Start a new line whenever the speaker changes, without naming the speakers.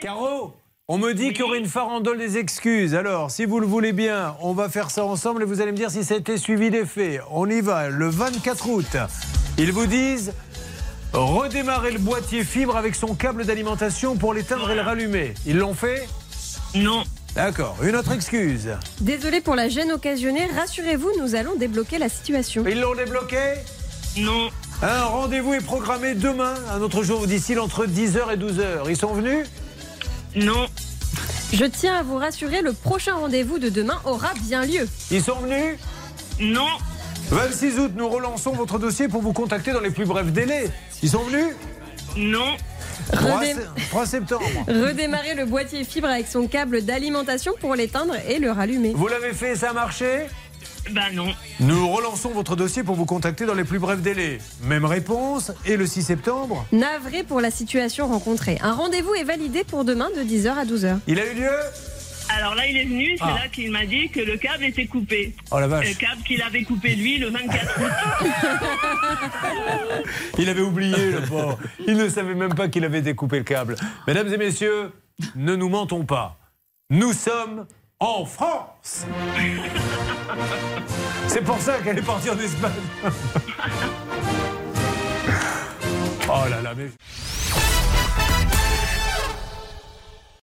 Caro on me dit qu'Aurine Farandole des excuses. Alors, si vous le voulez bien, on va faire ça ensemble et vous allez me dire si ça a été suivi des faits. On y va, le 24 août. Ils vous disent redémarrer le boîtier fibre avec son câble d'alimentation pour l'éteindre et le rallumer. Ils l'ont fait
Non.
D'accord. Une autre excuse.
Désolé pour la gêne occasionnée, rassurez-vous, nous allons débloquer la situation.
Ils l'ont débloqué
Non.
Un rendez-vous est programmé demain, un autre jour d'ici, entre 10h et 12h. Ils sont venus
Non.
Je tiens à vous rassurer, le prochain rendez-vous de demain aura bien lieu.
Ils sont venus
Non.
26 août, nous relançons votre dossier pour vous contacter dans les plus brefs délais. Ils sont venus
Non.
3,
Redé-
septembre.
Redémarrer le boîtier fibre avec son câble d'alimentation pour l'éteindre et le rallumer.
Vous l'avez fait, ça a marché
Bah non.
Nous relançons votre dossier pour vous contacter dans les plus brefs délais. Même réponse. Et le 6 septembre,
Navré pour la situation rencontrée. Un rendez-vous est validé pour demain de 10h à 12h.
il a eu lieu
Alors là, il est venu, c'est
Ah.
là qu'il m'a dit que le câble était coupé.
Oh la
Le
vache.
câble qu'il avait coupé lui le 24 août.
Il avait oublié, le pauvre. Il ne savait même pas qu'il avait découpé le câble. Mesdames et messieurs, ne nous mentons pas. Nous sommes en France. C'est pour ça qu'elle est partie en Espagne. Oh là là, mais...